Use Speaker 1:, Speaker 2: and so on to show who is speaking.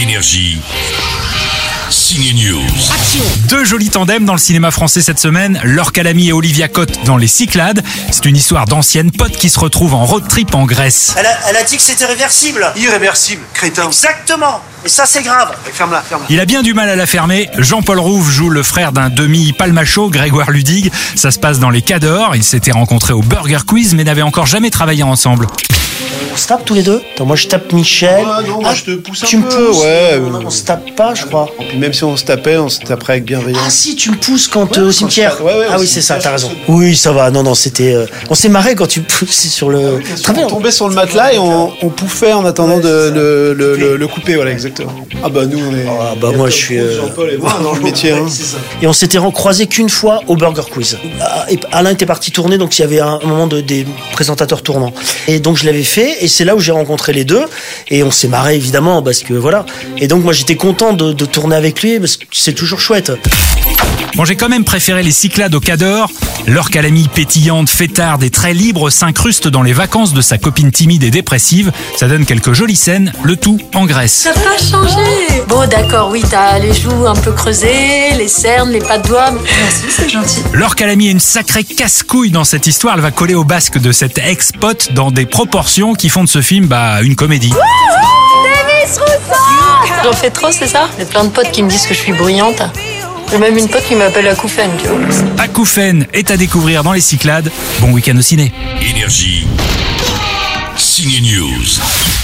Speaker 1: Énergie. Signe News.
Speaker 2: Deux jolis tandems dans le cinéma français cette semaine, Laure Calamy et Olivia Cotte dans Les Cyclades. C'est une histoire d'anciennes potes qui se retrouvent en road trip en Grèce.
Speaker 3: Elle a, elle a dit que c'était réversible.
Speaker 4: Irréversible, crétin.
Speaker 3: Exactement. Et ça, c'est grave.
Speaker 4: Ferme-la, ferme-la.
Speaker 2: Il a bien du mal à la fermer. Jean-Paul Rouve joue le frère d'un demi-palmacho, Grégoire Ludig. Ça se passe dans les Cadors. Ils s'étaient rencontrés au Burger Quiz mais n'avaient encore jamais travaillé ensemble.
Speaker 3: On se tape tous les deux Attends, moi je tape Michel. Ah,
Speaker 4: Ouais, non, moi, je te pousse un
Speaker 3: tu me
Speaker 4: peu,
Speaker 3: pousses
Speaker 4: ouais.
Speaker 3: Non, on se tape pas, je crois.
Speaker 4: Puis même si on se tapait, on se taperait avec
Speaker 3: Ah
Speaker 4: bienveillance.
Speaker 3: si, tu me pousses quand euh, au cimetière.
Speaker 4: ouais, ouais,
Speaker 3: ah
Speaker 4: au
Speaker 3: oui, c'est ça,
Speaker 4: cimetière,
Speaker 3: t'as raison.
Speaker 4: c'est
Speaker 3: Oui, ça va. Non, non, c'était. euh, on s'est marré quand tu me poussais sur
Speaker 4: Ah
Speaker 3: le. Très bien.
Speaker 4: on tombait sur le matelas et on, on pouffait en attendant
Speaker 3: Ouais,
Speaker 4: de
Speaker 3: c'est ça.
Speaker 4: le, le- le- le couper, voilà, exactement. Ah bah nous, on est.
Speaker 3: Ah bah, moi, je suis, euh,
Speaker 4: Jean-Paul et moi, dans le métier. hein.
Speaker 3: Et on s'était croisé qu'une fois au Burger Quiz. Ah, et Alain était parti tourner, donc il y avait un un moment de, des présentateurs tournants. Et donc je l'avais fait, et c'est là où j'ai rencontré les deux. Et on s'est marré évidemment, parce que voilà. Et donc moi j'étais content de, de tourner avec lui, parce que c'est toujours chouette.
Speaker 2: Bon, j'ai quand même préféré les Cyclades au Cador. Leur calamie pétillante, fêtarde et très libre s'incruste dans les vacances de sa copine timide et dépressive. Ça donne quelques jolies scènes, le tout en Grèce.
Speaker 5: T'as pas changé Bon d'accord, oui, t'as les joues un peu creusées, les cernes, les pas de doigts. Merci, c'est gentil.
Speaker 2: Laure Calamy est une sacrée casse-couille dans cette histoire. Elle va coller au basque de cette ex-pote dans des proportions qui font de ce film bah, une comédie.
Speaker 5: J'en fais trop, c'est ça J'ai plein de potes qui me disent que je suis bruyante. J'ai même une pote qui m'appelle acouphène, tu vois.
Speaker 2: Acouphène est à découvrir dans les Cyclades. Bon week-end au ciné.
Speaker 1: Énergie. Signe News.